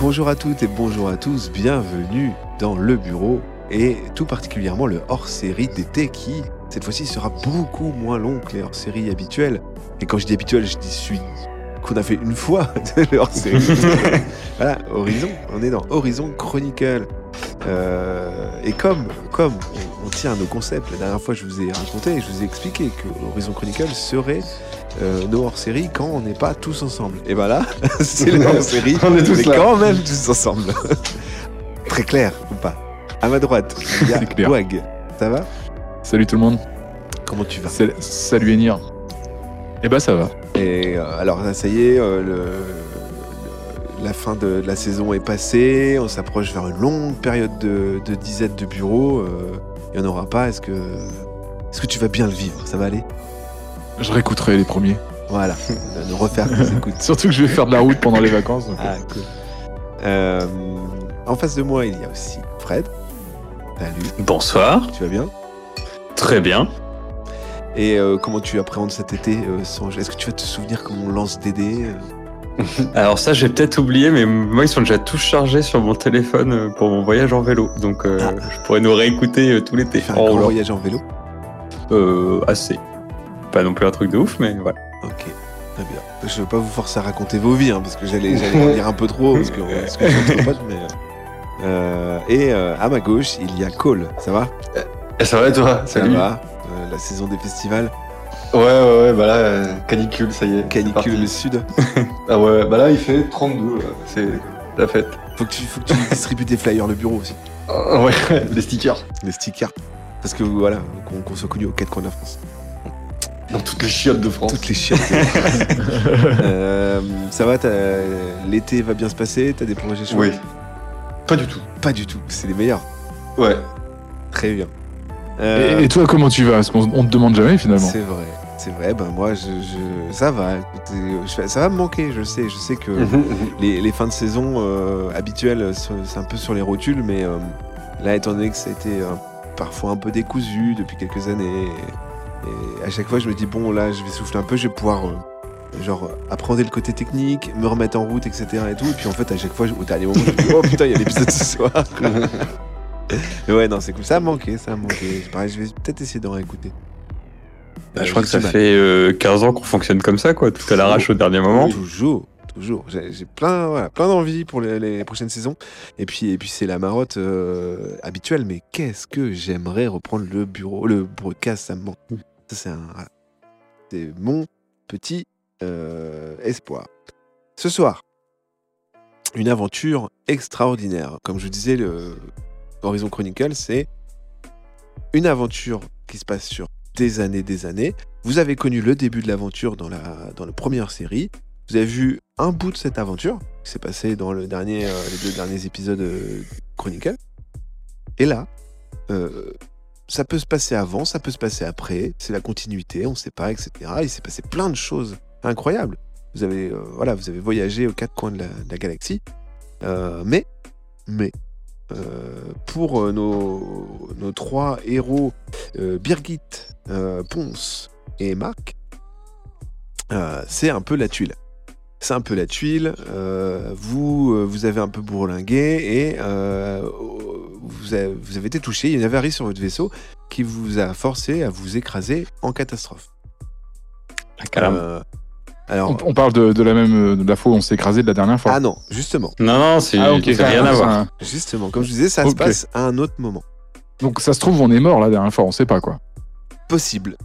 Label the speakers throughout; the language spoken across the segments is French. Speaker 1: Bonjour à toutes et bonjour à tous, bienvenue dans le bureau et tout particulièrement le hors-série d'été qui, cette fois-ci, sera beaucoup moins long que les hors-séries habituelles. Et quand je dis habituel, je dis celui qu'on a fait une fois, le hors-série. voilà, Horizon, on est dans Horizon Chronicle. Euh, et comme, comme on, on tient à nos concepts, la dernière fois je vous ai raconté, je vous ai expliqué que Horizon Chronicle serait euh, nos hors-séries quand on n'est pas tous ensemble. Et bah là, c'est les hors-séries,
Speaker 2: On est tous
Speaker 1: mais
Speaker 2: là.
Speaker 1: quand même tous ensemble. Très clair ou pas À ma droite, il y
Speaker 3: C'est
Speaker 1: a
Speaker 3: clair.
Speaker 1: Wag. Ça va
Speaker 3: Salut tout le monde,
Speaker 1: Comment tu vas
Speaker 3: Sal- salut Enir. Eh ben ça va.
Speaker 1: Et euh, alors là, ça y est, euh, le- la fin de, de la saison est passée, on s'approche vers une longue période de, de disette de bureau. euh, Il n'y en aura pas. Est-ce que, est-ce que tu vas bien le vivre Ça va aller
Speaker 3: Je réécouterai les premiers.
Speaker 1: Voilà, ne- ne refaire des écoutes.
Speaker 3: Surtout que je vais faire de la route pendant les vacances. donc,
Speaker 1: Ah, cool. Euh, en face de moi, il y a aussi Fred. Salut,
Speaker 4: Bonsoir,
Speaker 1: tu vas bien
Speaker 4: très bien.
Speaker 1: Et euh, comment tu appréhendes cet été euh, sans... Est-ce que tu vas te souvenir comment on lance des dés euh
Speaker 4: Alors ça j'ai peut-être oublié, mais moi ils sont déjà tous chargés sur mon téléphone euh, pour mon voyage en vélo, donc euh, je pourrais nous réécouter euh, tout l'été.
Speaker 1: Faire un
Speaker 4: Oh
Speaker 1: grand
Speaker 4: là,
Speaker 1: voyage en vélo
Speaker 4: euh, assez. Pas non plus un truc de ouf, mais voilà.
Speaker 1: Ok, très bien. Je veux pas vous forcer à raconter vos vies, hein, parce que j'allais j'allais en dire un peu trop, parce que, parce que je suis entre potes, mais... euh, et euh, à ma gauche, il y a Cole, ça va
Speaker 2: Et ça va et toi Salut.
Speaker 1: Ça va Euh, La saison des festivals,
Speaker 2: Ouais, ouais, ouais, bah là, euh, canicule, ça y est. c'est parti.
Speaker 1: canicule sud.
Speaker 2: Ah ouais, bah là, il fait 32, là. c'est la fête.
Speaker 1: Faut que tu, faut que tu distribues des flyers le bureau aussi,
Speaker 2: Ah ouais, des stickers.
Speaker 1: des stickers. Parce que voilà, qu'on qu'on soit connu aux quatre coins de la France.
Speaker 2: Dans toutes les chiottes de France.
Speaker 1: Toutes les chiottes. Euh, ça va, t'as- l'été va bien se passer, t'as des projets chouettes
Speaker 2: Oui. Pas du tout.
Speaker 1: Pas du tout, c'est les meilleurs.
Speaker 2: Ouais.
Speaker 1: Très bien.
Speaker 3: euh,
Speaker 1: Euh,
Speaker 3: Et, et toi comment tu vas Parce qu'on on te demande jamais finalement.
Speaker 1: C'est vrai, c'est vrai. Ben moi, je, je- ça va. écoutez, je fais- ça va me manquer, je sais. Je sais que
Speaker 3: Mhm.
Speaker 2: Euh,
Speaker 1: les, les fins de saison euh, habituelles, c'est c'est un peu sur les rotules, mais euh, là, étant donné que ça a été euh, parfois un peu décousu depuis quelques années, et, et à chaque fois, je me dis bon, là, je vais souffler un peu, je vais pouvoir. euh, Genre, apprendre le côté technique, me remettre en route, etc. Et, tout. et puis en fait, à chaque fois, au dernier moment, je me dis Oh putain, il y a l'épisode ce soir. Mais ouais, non, c'est cool. Ça a manqué, ça a manqué. Pareil, je vais peut-être essayer d'en réécouter.
Speaker 4: Bah,
Speaker 1: Euh,
Speaker 4: je crois que
Speaker 1: j'ai
Speaker 4: ça
Speaker 1: du mal.
Speaker 4: fait euh, 15 ans qu'on fonctionne comme ça, quoi, tout à l'arrache au dernier moment.
Speaker 1: Toujours, toujours. J'ai j'ai plein, voilà, plein d'envie pour les, les prochaines saisons. Et puis, et puis c'est la marotte euh, habituelle. Mais qu'est-ce que j'aimerais reprendre le bureau, le broadcast, ça me manque. Ça, c'est un, voilà. c'est mon petit euh, espoir. Ce soir, une aventure extraordinaire. Comme je vous disais, le Horizon Chronicle, c'est une aventure qui se passe sur des années, des années. Vous avez connu le début de l'aventure dans la, dans la première série. Vous avez vu un bout de cette aventure qui s'est passée dans le dernier, euh, les deux derniers épisodes euh, Chronicle. Et là, euh, ça peut se passer avant, ça peut se passer après. C'est la continuité, on ne sait pas, etc. Il s'est passé plein de choses incroyables. Vous avez, euh, voilà, vous avez voyagé aux quatre coins de la, de la galaxie. Euh, mais, mais, euh, pour euh, nos, nos trois héros, euh, Birgit, euh, Ponce et Marc, euh, c'est un peu la tuile. C'est un peu la tuile. euh, vous, euh, vous avez un peu bourlingué et euh, vous, avez, vous avez été touché. Il y a une avarie sur votre vaisseau qui vous a forcé à vous écraser en catastrophe.
Speaker 4: Ah, carrément.
Speaker 1: Euh, alors,
Speaker 3: On, on parle de, de la même euh, de la fois où on s'est écrasé de la dernière fois.
Speaker 1: ah non, justement,
Speaker 4: Non, non, c'est
Speaker 3: Ah, ok,
Speaker 4: ça n'a rien à
Speaker 3: c'est
Speaker 4: voir.
Speaker 3: un-
Speaker 1: justement, comme je disais, ça se
Speaker 3: Ok.
Speaker 1: passe à un autre moment.
Speaker 3: Donc ça se trouve on est mort la dernière fois, on sait pas quoi.
Speaker 1: Possible,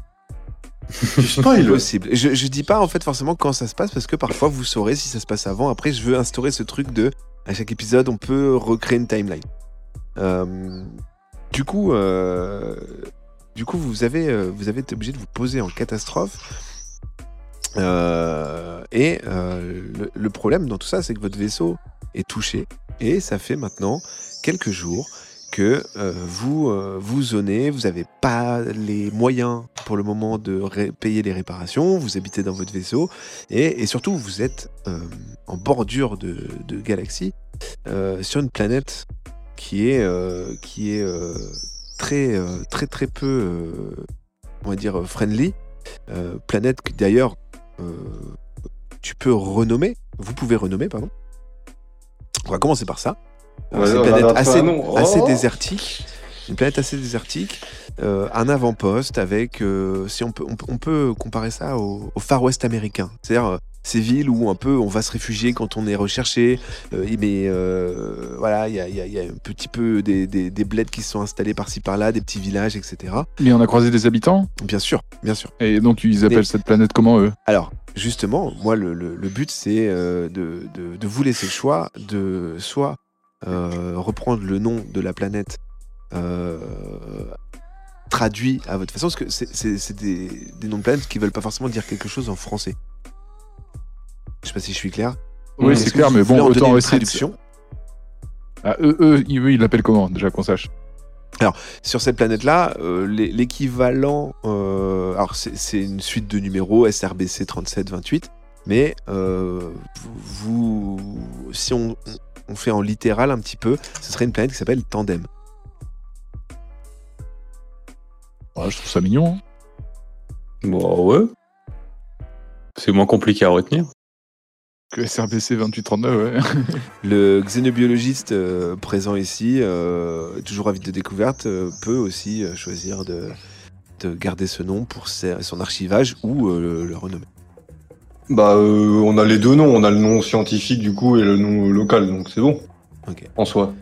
Speaker 2: Tu spoil
Speaker 1: possible. Je, je dis pas en fait forcément quand ça se passe parce que parfois vous saurez si ça se passe avant. Après, je veux instaurer ce truc de à chaque épisode, on peut recréer une timeline. Euh, du coup, euh, du coup, vous avez, euh, vous avez été obligé de vous poser en catastrophe. Euh, et euh, le, le problème dans tout ça, c'est que votre vaisseau est touché et ça fait maintenant quelques jours que euh, vous euh, vous zonez, vous n'avez pas les moyens pour le moment de ré- payer les réparations, vous habitez dans votre vaisseau et, et surtout vous êtes euh, en bordure de, de galaxie euh, sur une planète qui est, euh, qui est euh, très, euh, très, très peu, euh, on va dire, friendly. Euh, planète que d'ailleurs, euh, tu peux renommer, vous pouvez renommer, pardon, On va commencer par ça.
Speaker 2: Ouais,
Speaker 1: Euh, c'est
Speaker 2: on
Speaker 1: une
Speaker 2: va
Speaker 1: planète
Speaker 2: vers
Speaker 1: assez,
Speaker 2: toi, non.
Speaker 1: assez
Speaker 2: Oh.
Speaker 1: désertique. Une planète assez désertique. euh, un avant-poste avec, euh, si on peut, on, peut- on peut comparer ça au, au Far West américain. C'est-à-dire euh, ces villes où un peu on va se réfugier quand on est recherché. euh, et- mais euh, voilà, il y a, il y a- il y a un petit peu des, des, des bleds qui se sont installés par-ci par-là, des petits villages, etc.
Speaker 3: Mais on a croisé des habitants,
Speaker 1: Bien sûr, bien sûr.
Speaker 3: et donc ils appellent
Speaker 1: Des-
Speaker 3: cette planète comment eux
Speaker 1: Alors, justement, moi, le, le- le but, c'est euh, de, de- de vous laisser le choix de soit euh, reprendre le nom de la planète euh, traduit à votre façon, parce que c'est- c'est c'est des, des noms de planètes qui veulent pas forcément dire quelque chose en français. Je sais pas si je suis clair.
Speaker 3: Oui,
Speaker 1: Est-ce
Speaker 3: c'est
Speaker 1: que
Speaker 3: clair,
Speaker 1: vous
Speaker 3: mais
Speaker 1: voulez
Speaker 3: bon,
Speaker 1: en donner
Speaker 3: autant
Speaker 1: une
Speaker 3: essayer. de-
Speaker 1: traduction
Speaker 3: Ah, eux, eux, ils eux, ils l'appellent comment déjà qu'on sache
Speaker 1: sur cette planète-là, euh, l'é- l'équivalent. euh, alors, c'est c'est une suite de numéros SRBC 3728, mais euh, vous, si on, on fait en littéral un petit peu, ce serait une planète qui s'appelle Tandem.
Speaker 3: Ah, Je trouve ça mignon. hein.
Speaker 4: Bon, ouais. C'est moins compliqué à retenir.
Speaker 3: Que SRBC 2839, ouais.
Speaker 1: Le xénobiologiste euh, présent ici, euh, toujours avide de découverte, euh, peut aussi euh, choisir de, de garder ce nom pour sa- son archivage ou euh, le, le renommer.
Speaker 2: Bah, euh, on a les deux noms. On a le nom scientifique, du coup, et le nom local, donc c'est bon.
Speaker 1: Ok.
Speaker 2: En soi.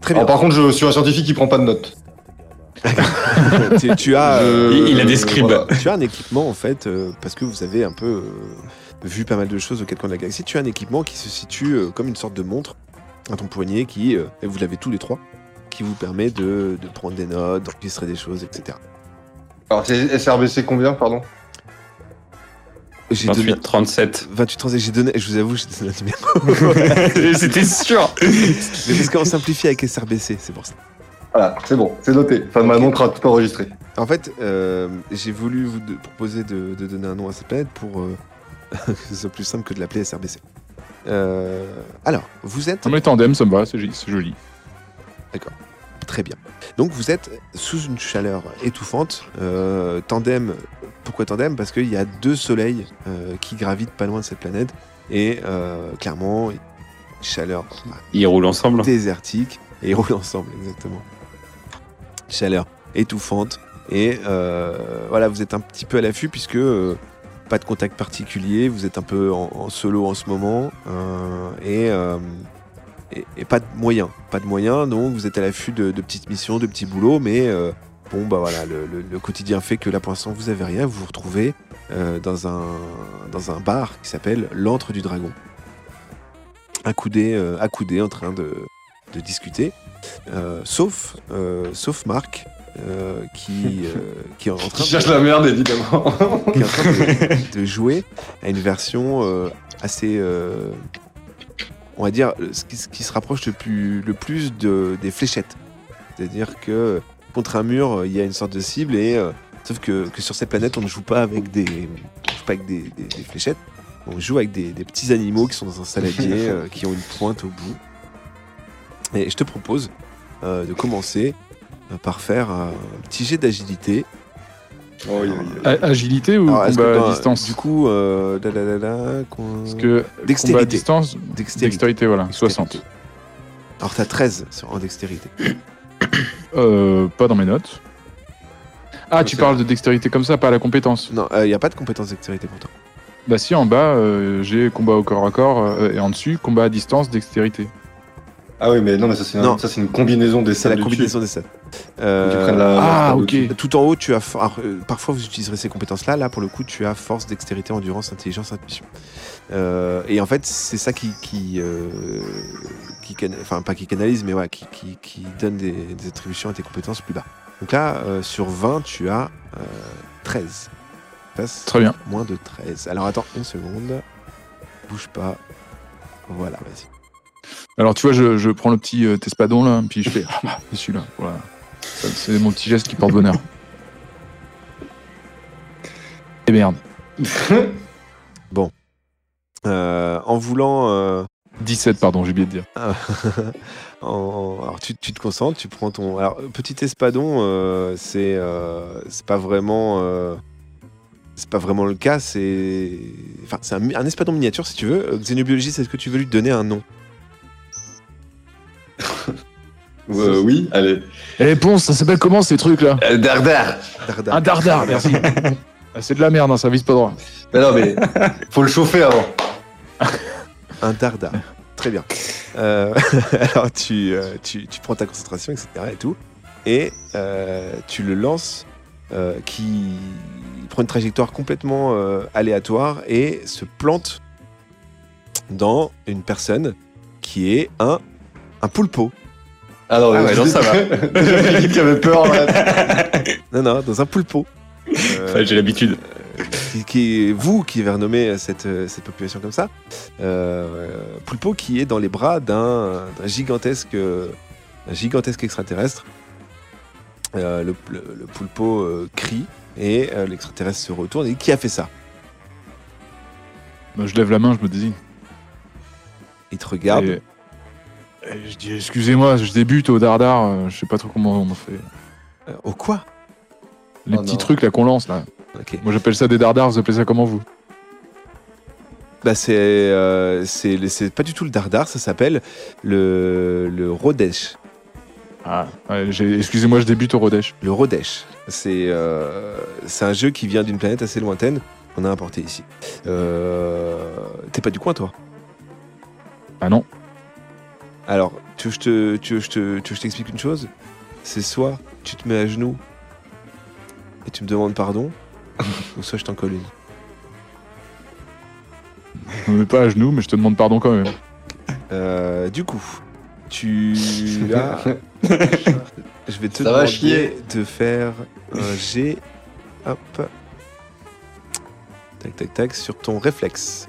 Speaker 1: Très bien.
Speaker 2: Alors, par contre, je suis un scientifique qui prend pas de notes.
Speaker 1: tu, tu as. euh,
Speaker 2: Je-
Speaker 4: Il- il a des scribes.
Speaker 2: voilà.
Speaker 1: tu as un équipement en fait, euh, parce que vous avez un peu euh, vu pas mal de choses au quatre coins de la galaxie, tu as un équipement qui se situe euh, comme une sorte de montre à ton poignet qui, euh, et vous l'avez tous les trois, qui vous permet de, de prendre des notes, d'enregistrer des choses, etc.
Speaker 2: Alors, c'est SRBC combien, pardon
Speaker 1: J'ai donné
Speaker 4: 28, 37.
Speaker 1: 28 ans et j'ai donné, je vous avoue, j'ai donné un numéro.
Speaker 4: C'était sûr.
Speaker 1: Mais parce qu'on simplifie avec SRBC, c'est pour ça.
Speaker 2: Voilà, c'est bon, c'est noté. Enfin, ma
Speaker 1: Ok.
Speaker 2: montre a tout enregistré.
Speaker 1: En fait, euh, j'ai voulu vous de- proposer de, de donner un nom à cette planète pour euh, que ce soit plus simple que de l'appeler SRBC. Euh, alors, vous êtes
Speaker 3: Non, mais tandem, ça me va, c'est j- c'est joli.
Speaker 1: Très bien. Donc vous êtes sous une chaleur étouffante. euh, tandem. Pourquoi tandem Parce qu'il y a deux soleils euh, qui gravitent pas loin de cette planète. Et euh, clairement, chaleur
Speaker 4: Ils roulent ensemble. hein.
Speaker 1: désertique et ils roulent ensemble, exactement. Chaleur étouffante. Et euh, voilà, vous êtes un petit peu à l'affût puisque euh, pas de contact particulier, vous êtes un peu en, en solo en ce moment euh, et, euh, et, et pas de moyens. Pas de moyens, donc vous êtes à l'affût de, de petites missions, de petits boulots, mais euh, bon, bah voilà, le, le- le quotidien fait que là pour l'instant vous avez rien, vous vous retrouvez euh, dans, un, dans un bar qui s'appelle l'Antre du Dragon accoudés, euh, accoudés en train de, de discuter. Euh, sauf, euh, sauf Marc, euh, qui, euh, qui est en train
Speaker 2: Qui cherche
Speaker 1: de,
Speaker 2: la merde, évidemment.
Speaker 1: qui est en train de- de jouer à une version euh, assez. euh, on va dire, euh, ce qui, ce qui se rapproche le plus, le plus de, des fléchettes. C'est-à-dire que contre un mur, il y a une sorte de cible, et euh, sauf que, que sur cette planète, on ne joue pas avec des, on joue pas avec des, des- des fléchettes. On joue avec des, des petits animaux qui sont dans un saladier, euh, qui ont une pointe au bout. Et je te propose euh, de commencer euh, par faire un petit jet d'agilité.
Speaker 2: Oh, oui, oui, oui.
Speaker 3: A- Agilité ou
Speaker 1: Alors, est-ce que
Speaker 3: combat
Speaker 1: dans-
Speaker 3: à distance
Speaker 1: Du coup, euh, da, da, da, da, qu'on-
Speaker 3: Parce que
Speaker 1: Dextérité.
Speaker 3: combat à distance,
Speaker 1: dextérité.
Speaker 3: dextérité, voilà,
Speaker 1: Dextérité.
Speaker 3: 60.
Speaker 1: Alors t'as 13 sur- en dextérité.
Speaker 3: Euh, pas dans mes notes. Ah,
Speaker 2: Ouais,
Speaker 3: tu
Speaker 2: c'est
Speaker 3: parles de dextérité comme ça, pas à la compétence.
Speaker 1: Non, il n'y a pas de compétence dextérité pour toi.
Speaker 3: Bah si, en bas, euh, j'ai combat au corps à corps, euh, et en dessus, combat à distance, dextérité.
Speaker 2: Ah oui, mais non, mais ça, c'est
Speaker 1: Non.
Speaker 2: un- ça, c'est une combinaison des
Speaker 1: C'est
Speaker 2: salles
Speaker 1: la
Speaker 2: de
Speaker 1: combinaison des stats.
Speaker 2: dessus.
Speaker 1: Euh,
Speaker 2: Tu prends la-
Speaker 3: ah,
Speaker 2: la-
Speaker 3: ok.
Speaker 1: Tout en haut, tu as. for- alors, euh, parfois, vous utiliserez ces compétences-là. Là, pour le coup, tu as force, dextérité, endurance, intelligence, intuition. Euh, et en fait, c'est ça qui. qui, euh, qui cana- enfin, pas qui canalise, mais ouais, qui, qui, qui donne des, des attributions à tes compétences plus bas. Donc là, euh, sur 20, tu as euh, 13. Passe
Speaker 3: Très bien.
Speaker 1: moins de 13. Alors attends une seconde. Bouge pas. Voilà, vas-y.
Speaker 3: Alors tu vois, je, je prends le petit euh, tespadon là, puis je fais, ah bah, c'est celui-là, voilà. Ça, C'est mon petit geste qui porte bonheur. Et Eh merde.
Speaker 1: Euh, en voulant. euh,
Speaker 3: 17, pardon, j'ai oublié de dire.
Speaker 1: Ah, en- alors tu, tu te concentres, tu prends ton. Alors petit espadon, euh, c'est euh, c'est pas vraiment. euh, c'est pas vraiment le cas, c'est. Enfin, c'est un, mi- un espadon miniature si tu veux. Euh, Xénobiologiste, est-ce que tu veux lui donner un nom
Speaker 2: Euh, oui, allez.
Speaker 3: Réponse, Eh, ça s'appelle comment ces trucs là
Speaker 2: Euh, dardard.
Speaker 1: Dardard.
Speaker 3: Un dardard, merci. Ah, C'est de la merde, hein, ça vise pas droit.
Speaker 2: Mais non, mais faut le chauffer avant.
Speaker 1: Un dardard. Très bien. Euh, alors, tu, euh, tu, tu prends ta concentration, etc. et tout. Et euh, tu le lances euh, qui prend une trajectoire complètement euh, aléatoire et se plante dans une personne qui est un, un poulpeau.
Speaker 2: Ah non,
Speaker 4: Ah
Speaker 2: mais
Speaker 4: ouais, non, ça va.
Speaker 2: J'ai dit qu'il avait peur. là.
Speaker 1: Non, non, dans un poulpeau. Euh,
Speaker 4: Enfin, J'ai l'habitude.
Speaker 1: qui, qui- vous qui avez renommé cette, euh, cette population comme ça, euh, Poulpo qui est dans les bras d'un d'un gigantesque, euh, un gigantesque extraterrestre. Euh, le, le- le Poulpo euh, crie et euh, l'extraterrestre se retourne et dit, qui a fait ça
Speaker 3: Bah, je lève la main, je me désigne.
Speaker 1: Il te regarde.
Speaker 3: Et- et je dis excusez-moi, je débute au dardard, euh, je sais pas trop comment on fait.
Speaker 1: Euh, Au quoi
Speaker 3: Les
Speaker 2: Oh
Speaker 3: petits
Speaker 2: non.
Speaker 3: trucs là qu'on lance là.
Speaker 1: Ok.
Speaker 3: Moi j'appelle ça des dardards, vous appelez ça comment vous
Speaker 1: Bah c'est euh, c'est c'est pas du tout le dardar, ça s'appelle le le Rodesh.
Speaker 3: Ah, ouais, j'ai- excusez-moi, je débute au Rodèche.
Speaker 1: Le Rodesh, c'est euh, c'est un jeu qui vient d'une planète assez lointaine qu'on a importé ici. Euh, T'es pas du coin, toi
Speaker 3: Ah non.
Speaker 1: Alors, tu veux que je te- tu veux que je te- tu veux que je t'explique une chose C'est soit tu te mets à genoux et tu me demandes pardon, ou soit je t'en colle une.
Speaker 3: Je me mets pas à genoux, mais je te demande pardon quand même.
Speaker 1: Euh, du coup, tu as- Je vais te
Speaker 2: Ça va
Speaker 1: demander
Speaker 2: chier.
Speaker 1: de faire un G. Hop. Tac, tac, tac, sur ton réflexe.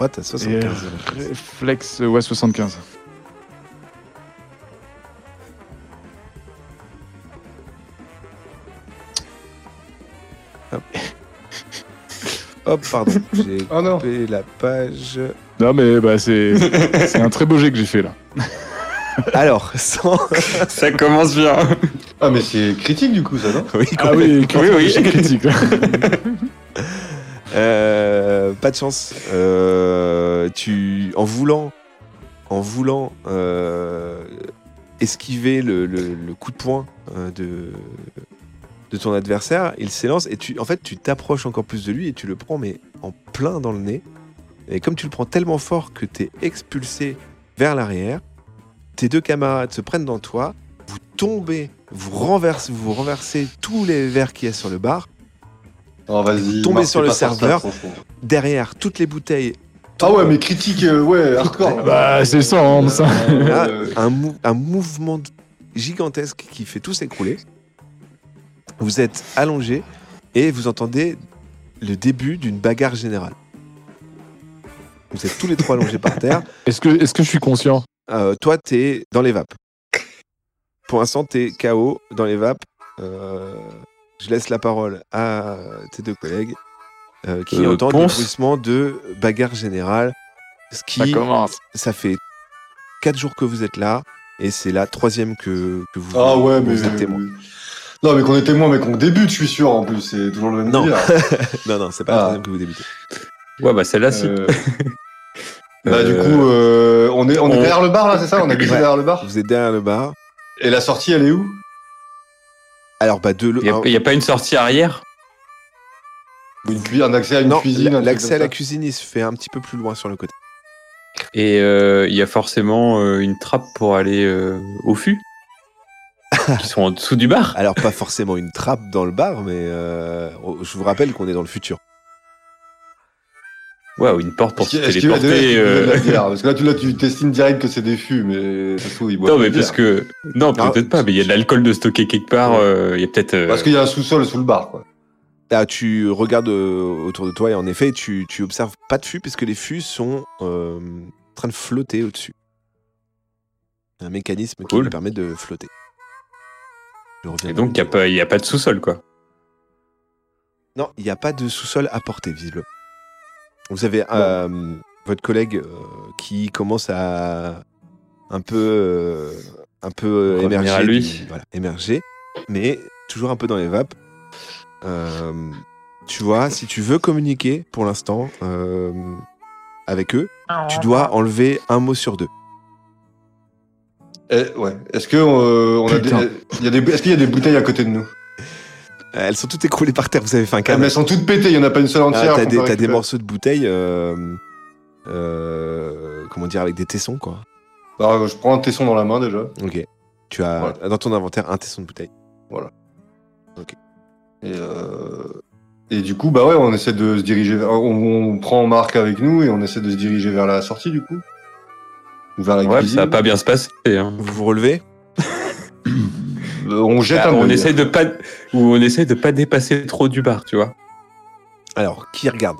Speaker 1: Ouais, t'as 75. réflexe.
Speaker 3: Réflexe, ouais, 75.
Speaker 1: Hop, pardon, j'ai
Speaker 2: Oh non.
Speaker 1: coupé la page.
Speaker 3: Non mais bah c'est c'est un très beau jet que j'ai fait là.
Speaker 1: Alors, sans.
Speaker 4: Ça commence bien.
Speaker 2: Ah, mais c'est critique du coup, ça, non
Speaker 1: Oui,
Speaker 3: Ah oui,
Speaker 4: Oui, oui.
Speaker 3: c'est critique. là.
Speaker 1: Euh, pas de chance. Euh, tu, en voulant, en voulant euh, esquiver le, le- le coup de poing euh, de, de ton adversaire, il s'élance et tu, en fait, tu t'approches encore plus de lui et tu le prends mais en plein dans le nez. Et comme tu le prends tellement fort que t'es expulsé vers l'arrière, tes deux camarades se prennent dans toi, vous tombez, vous renversez, vous renversez tous les verres qu'il y a sur le bar.
Speaker 2: Oh, vas-y.
Speaker 1: Tombé
Speaker 2: Marc,
Speaker 1: sur
Speaker 2: fais
Speaker 1: le
Speaker 2: pas ça,
Speaker 1: serveur.
Speaker 2: ça, ça, ça.
Speaker 1: Derrière, toutes les bouteilles
Speaker 2: Ah ouais, mais critique, euh, ouais, hardcore.
Speaker 3: Bah, c'est ça, hein, ça.
Speaker 1: Là,
Speaker 2: Euh,
Speaker 1: Ah, un, mou- un mouvement de- gigantesque qui fait tout s'écrouler. Vous êtes allongé et vous entendez le début d'une bagarre générale. Vous êtes tous les trois allongés par terre.
Speaker 3: Est-ce que est-ce que je suis conscient
Speaker 1: Euh, toi, t'es dans les vapes. Pour l'instant, t'es KO dans les vapes. Euh, je laisse la parole à tes deux collègues euh, qui
Speaker 4: Euh,
Speaker 1: entendent le
Speaker 4: Ponce.
Speaker 1: bruissement de bagarre générale. Ce qui
Speaker 3: Ça commence.
Speaker 1: ça fait 4 jours que vous êtes là, et c'est la troisième que, que vous,
Speaker 2: Ah ouais, mais.
Speaker 1: vous êtes témoin.
Speaker 2: Non, mais qu'on est témoin, mais qu'on débute, je suis sûr, en plus, c'est toujours le même
Speaker 1: Non.
Speaker 2: délire.
Speaker 1: Non, non, c'est pas
Speaker 2: Ah.
Speaker 1: la troisième que vous débutez.
Speaker 4: Ouais, bah celle-là, si.
Speaker 2: Euh, Bah,
Speaker 4: Euh,
Speaker 2: du coup, euh, on est, on est
Speaker 4: on-
Speaker 2: derrière le bar, là, c'est ça On est glissé
Speaker 1: Ouais.
Speaker 2: derrière le bar
Speaker 1: Vous êtes derrière le bar.
Speaker 2: Et la sortie, elle est où
Speaker 1: Alors, bah, de l'eau.
Speaker 4: Il n'y a, pas une sortie arrière
Speaker 2: Une cui- Un accès à une
Speaker 1: Non,
Speaker 2: cuisine un
Speaker 1: la-
Speaker 2: truc
Speaker 1: l'accès à la
Speaker 2: comme
Speaker 1: cuisine, il se fait un petit peu plus loin sur le côté.
Speaker 4: et euh, il y a forcément euh, une trappe pour aller euh, au fût qui sont en dessous du bar.
Speaker 1: Alors, pas forcément une trappe dans le bar, mais euh, je vous rappelle qu'on est dans le futur.
Speaker 4: Ouais, ou une porte
Speaker 2: ça.
Speaker 4: pour se
Speaker 2: Est-ce qu'il- est-ce qu'il va
Speaker 4: téléporter.
Speaker 2: donner-
Speaker 4: euh,
Speaker 2: est-ce qu'il va donner de la bière Parce que là, tu, là, tu t'estimes direct que c'est des fûts, mais ça se trouve, il boit
Speaker 4: Non,
Speaker 2: pas
Speaker 4: mais
Speaker 2: de
Speaker 4: parce
Speaker 2: bière.
Speaker 4: que. Non,
Speaker 1: Ah,
Speaker 4: peut-être pas, mais il y a de l'alcool de stocker quelque part. euh, Il y a peut-être. euh,
Speaker 2: Parce qu'il y a un sous-sol sous le bar, quoi.
Speaker 1: Là, Ah, tu regardes euh, autour de toi, et en effet, tu, tu observes pas de fût, puisque les fûts sont euh, en train de flotter au-dessus. Un mécanisme qui
Speaker 4: Cool.
Speaker 1: lui permet de flotter. Je reviens
Speaker 4: Et donc, il n'y a, pas- il y a pas de sous-sol, quoi.
Speaker 1: Non, il n'y a pas de sous-sol à porter, visiblement. Vous avez euh, votre collègue euh, qui commence à un peu, euh, un peu euh,
Speaker 4: Revenir
Speaker 1: émerger,
Speaker 4: à lui.
Speaker 1: du- voilà, émerger, mais toujours un peu dans les vapes. Euh, tu vois, si tu veux communiquer pour l'instant euh, avec eux, tu dois enlever un mot sur deux.
Speaker 2: Eh, ouais. Est-ce que euh, on a des,
Speaker 3: Putain.
Speaker 2: il y a des, est-ce qu'il y a des bouteilles à côté de nous
Speaker 1: Elles sont toutes écroulées par terre, vous avez fait un
Speaker 2: Ah, mais
Speaker 1: câble.
Speaker 2: elles sont toutes pétées. Il y en a pas une seule
Speaker 1: Ah,
Speaker 2: entière.
Speaker 1: t'as
Speaker 2: qu'on
Speaker 1: des,
Speaker 2: peut
Speaker 1: t'as des
Speaker 2: récupérer.
Speaker 1: morceaux de bouteilles, euh, euh, comment dire, avec des tessons, quoi.
Speaker 2: Bah, je prends un tesson dans la main déjà.
Speaker 1: Ok. Tu as dans ton inventaire un tesson de bouteille.
Speaker 2: Et, euh, et du coup, bah ouais, on essaie de se diriger. vers- On, on prend Marc avec nous et on essaie de se diriger vers la sortie du coup. Ou vers la
Speaker 4: Ouais,
Speaker 2: cuisine.
Speaker 4: ça va pas bien se passer. hein.
Speaker 1: Vous vous relevez
Speaker 2: Euh, on jette
Speaker 4: Bah,
Speaker 2: un
Speaker 4: on
Speaker 2: œil.
Speaker 4: essaye de pas ou on essaye de pas dépasser trop du bar, tu vois.
Speaker 1: Alors, qui regarde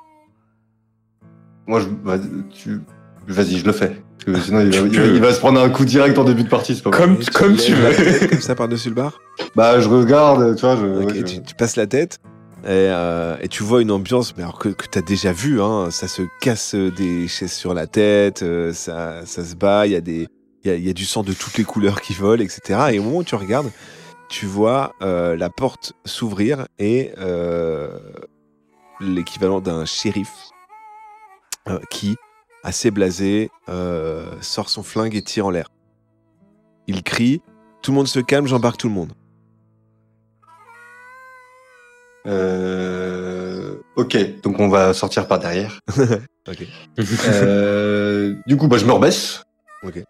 Speaker 2: Moi, je, bah, tu, vas-y, je le fais. Parce que sinon, il va,
Speaker 4: Tu
Speaker 2: il va-
Speaker 4: peux.
Speaker 2: il va se prendre un coup direct en début de partie. C'est pas mal.
Speaker 4: Comme
Speaker 1: Et
Speaker 4: comme tu
Speaker 1: lèves la
Speaker 4: veux.
Speaker 1: tête comme ça par-dessus le bar.
Speaker 2: Bah, je regarde. Tu vois, je.
Speaker 1: Ok,
Speaker 2: ouais, je-
Speaker 1: tu, tu passes la tête et, euh, et tu vois une ambiance mais alors que, que tu as déjà vu. Hein, ça se casse euh, des chaises sur la tête, euh, ça, ça se bat, il y, a des- il y a, il y a du sang de toutes les couleurs qui vole, etc. Et au moment où tu regardes, tu vois euh, la porte s'ouvrir et euh, l'équivalent d'un shérif euh, qui, assez blasé, euh, sort son flingue et tire en l'air. Il crie, tout le monde se calme, j'embarque tout le monde.
Speaker 2: Euh... Ok, donc on va sortir par derrière.
Speaker 1: Ok.
Speaker 2: Euh, Du coup, bah, je me rebaisse.
Speaker 1: Ok.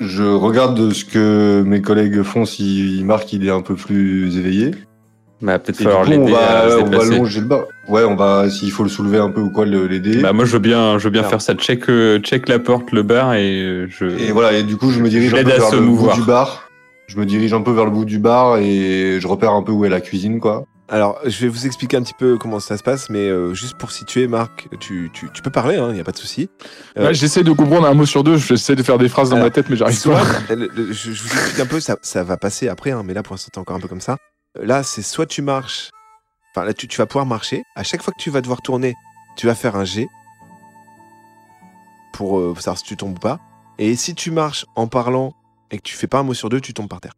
Speaker 2: Je regarde ce que mes collègues font si Marc il est un peu plus éveillé.
Speaker 4: Bah peut-être
Speaker 2: Et du coup,
Speaker 4: falloir
Speaker 2: on
Speaker 4: l'aider à se
Speaker 2: va, on va
Speaker 4: déplacer.
Speaker 2: longer le bas. Ouais, on va, s'il faut le soulever un peu ou quoi, le- l'aider.
Speaker 4: Bah moi je veux bien, je veux bien
Speaker 1: Alors.
Speaker 4: faire ça. Check, euh, check la porte, le bar et euh, je.
Speaker 2: Et voilà, et du coup, je me dirige
Speaker 4: Je
Speaker 2: un
Speaker 4: l'aide
Speaker 2: peu
Speaker 4: à
Speaker 2: vers
Speaker 4: se
Speaker 2: le
Speaker 4: mouvoir.
Speaker 2: bout du bar. Je me dirige un peu vers le bout du bar et je repère un peu où est la cuisine, quoi.
Speaker 1: Alors, je vais vous expliquer un petit peu comment ça se passe, mais euh, juste pour situer, Marc, tu, tu, tu peux parler, il n'y a pas de souci. Euh,
Speaker 3: Là, j'essaie de comprendre un mot sur deux, j'essaie de faire des phrases dans
Speaker 1: Alors,
Speaker 3: ma tête, mais j'arrive
Speaker 1: Soit,
Speaker 3: pas.
Speaker 1: le- le- je, je vous explique un peu, ça, ça va passer après, hein, mais là, pour l'instant, t'es encore un peu comme ça. Euh, Là, c'est soit tu marches, enfin, là, tu, tu vas pouvoir marcher. À chaque fois que tu vas devoir tourner, tu vas faire un G pour, euh, pour savoir si tu tombes ou pas. Et si tu marches en parlant et que tu fais pas un mot sur deux, tu tombes par terre.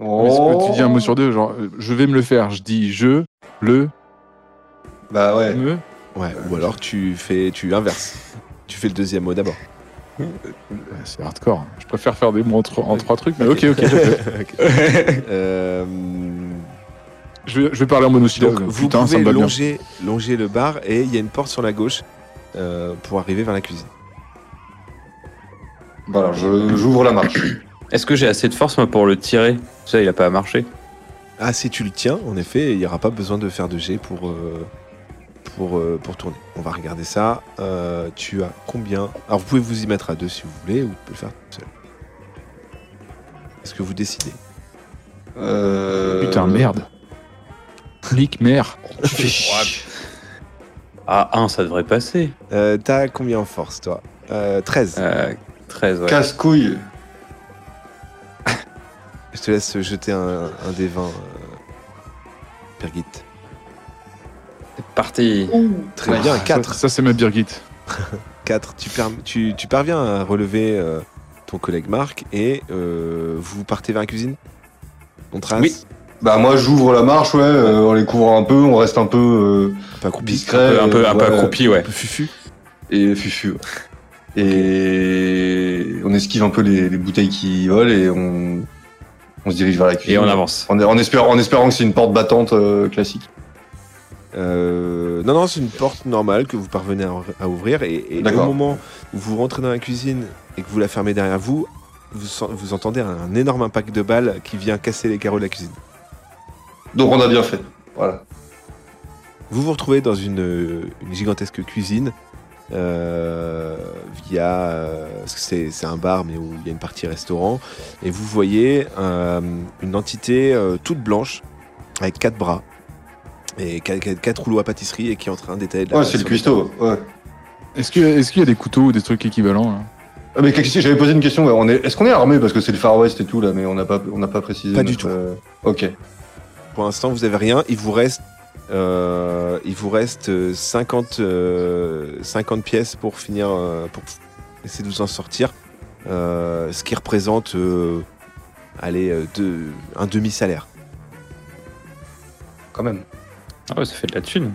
Speaker 2: oh.
Speaker 3: Mais c'est quoi, Oh. tu dis un mot sur deux, genre euh, je vais me le faire, je dis je, le,
Speaker 2: Bah ouais.
Speaker 3: me.
Speaker 1: Ouais, ou alors tu fais, tu inverses. Tu fais le deuxième mot d'abord.
Speaker 3: Ouais, C'est hardcore. Je préfère faire des mots en, tro- en trois trucs, mais ok, ok. je-
Speaker 1: Ok. Euh,
Speaker 3: Je vais, je vais parler en monosyllabe.
Speaker 1: Donc vous
Speaker 3: Putain, ça
Speaker 1: pouvez
Speaker 3: me va bien.
Speaker 1: longer, longer le bar et il y a une porte sur la gauche euh, pour arriver vers la cuisine.
Speaker 2: Voilà, je- j'ouvre la marche.
Speaker 4: Est-ce que j'ai assez de force moi pour le tirer Ça, il a pas à marcher.
Speaker 1: Ah si tu le tiens, en effet, il n'y aura pas besoin de faire de G pour, euh, pour, euh, pour tourner. On va regarder ça. Euh, tu as combien Alors vous pouvez vous y mettre à deux si vous voulez ou vous pouvez le faire tout seul. Est-ce que vous décidez
Speaker 2: Euh...
Speaker 3: Putain, merde. Flic, merde.
Speaker 4: Ah, 1, ça devrait passer.
Speaker 1: Euh, T'as combien en force toi Euh, 13.
Speaker 4: Euh, 13, ouais.
Speaker 2: Casse-couille.
Speaker 1: Je te laisse jeter un, un des 20, euh, Birgit.
Speaker 4: C'est parti.
Speaker 1: Très bien, 4.
Speaker 3: Ça, ça, c'est ma Birgit.
Speaker 1: 4, tu, perm- tu- tu parviens à relever euh, ton collègue Marc et euh, vous partez vers la cuisine On trace
Speaker 4: Oui.
Speaker 2: Bah moi j'ouvre la marche, ouais, euh, on les couvre un peu, on reste un peu
Speaker 1: Un peu
Speaker 2: euh,
Speaker 1: accroupi,
Speaker 2: discret,
Speaker 4: Un peu, un peu, un peu
Speaker 2: ouais,
Speaker 4: accroupi, ouais.
Speaker 1: un peu fufu.
Speaker 2: et fufu. ouais. Et on esquive un peu les, les bouteilles qui volent et on, on se dirige vers la
Speaker 4: Et
Speaker 2: cuisine.
Speaker 4: on avance.
Speaker 2: En, en espérant, en espérant que c'est une porte battante euh, classique.
Speaker 1: Euh, non, non, c'est une porte normale que vous parvenez à, à ouvrir et, et au
Speaker 2: D'accord.
Speaker 1: moment où vous rentrez dans la cuisine et que vous la fermez derrière vous, vous, sen- vous entendez un énorme impact de balle qui vient casser les carreaux de la cuisine.
Speaker 2: Donc on a bien fait. Voilà.
Speaker 1: Vous vous retrouvez dans une, euh, une gigantesque cuisine. Euh, via euh, parce que c'est c'est un bar mais où il y a une partie restaurant et vous voyez euh, une entité euh, toute blanche avec quatre bras et quatre, quatre- quatre rouleaux à pâtisserie et qui est en train d'étaler de la
Speaker 2: Ouais,
Speaker 1: pâte
Speaker 2: c'est le
Speaker 1: sur
Speaker 2: cuistot. Ouais.
Speaker 3: Est-ce que- est-ce qu'il y a des couteaux ou des trucs équivalents là
Speaker 2: Ah, Mais qu'est-ce que- j'avais posé une question. ouais, on est, est-ce qu'on est armé parce que c'est le Far West et tout là, mais on n'a pas, on n'a pas précisé.
Speaker 1: Pas du
Speaker 2: notre,
Speaker 1: tout.
Speaker 2: euh, Ok.
Speaker 1: Pour l'instant, vous avez rien. Il vous reste, euh, il vous reste euh, 50, euh, 50 pièces pour finir, euh, pour essayer de vous en sortir. Euh, ce qui représente, euh, allez, euh, deux- un demi-salaire.
Speaker 2: Quand même.
Speaker 4: Ah ouais, ça fait de la thune.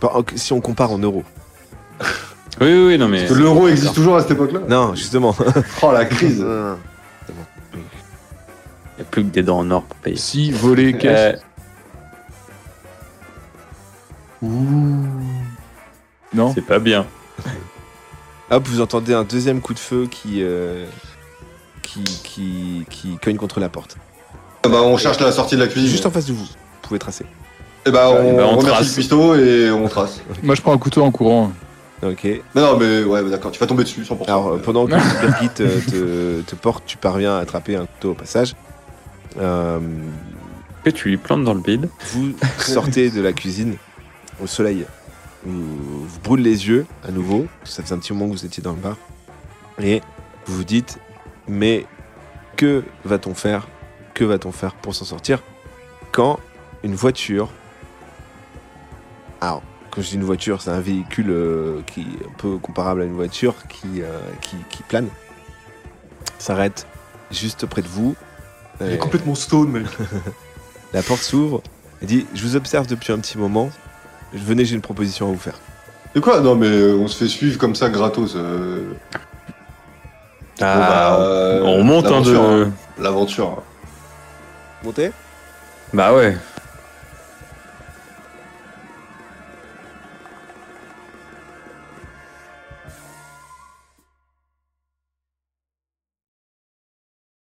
Speaker 1: Par- Si on compare en euros.
Speaker 4: Oui, oui, oui, non, mais.
Speaker 2: Parce que l'euro existe toujours à cette époque-là.
Speaker 1: Non, justement.
Speaker 2: Oh la crise.
Speaker 4: Il n'y a plus que des dents en or pour payer.
Speaker 3: Si, voler, cash.
Speaker 4: Euh,
Speaker 3: Non
Speaker 4: c'est pas bien.
Speaker 1: Hop, vous entendez un deuxième coup de feu qui, euh, qui, qui, qui cogne contre la porte.
Speaker 2: Ah Bah, on cherche la sortie de la cuisine.
Speaker 1: Juste en face de vous. Vous pouvez tracer.
Speaker 2: Et bah, on,
Speaker 4: Eh ben, on
Speaker 2: remercie
Speaker 4: trace.
Speaker 2: le pistolet et on trace.
Speaker 3: Moi, je prends un couteau en courant.
Speaker 1: Ok.
Speaker 2: Non, non, mais ouais, bah, d'accord, tu vas tomber dessus 100%.
Speaker 1: Alors, euh, pendant que Birgit euh, te, te porte, tu parviens à attraper un couteau au passage. Euh,
Speaker 4: Que tu lui plantes dans le bide.
Speaker 1: vous sortez de la cuisine au soleil. Vous, vous brûle les yeux à nouveau. Ça faisait un petit moment que vous étiez dans le bar. Et vous vous dites Mais que va-t-on faire Que va-t-on faire pour s'en sortir quand une voiture. Alors, quand je dis une voiture, c'est un véhicule euh, qui est un peu comparable à une voiture qui, euh, qui, qui plane. S'arrête juste près de vous.
Speaker 2: Il est
Speaker 1: Et-
Speaker 2: complètement stone, mec.
Speaker 1: la porte s'ouvre. Elle dit Je vous observe depuis un petit moment. Venez, j'ai une proposition à vous faire.
Speaker 2: Et quoi Non, mais euh, on se fait suivre comme ça gratos. euh, bon, bah, euh,
Speaker 4: on monte Ah, hein,
Speaker 2: l'aventure,
Speaker 4: de.
Speaker 2: hein, L'aventure.
Speaker 1: Montez
Speaker 4: Bah ouais.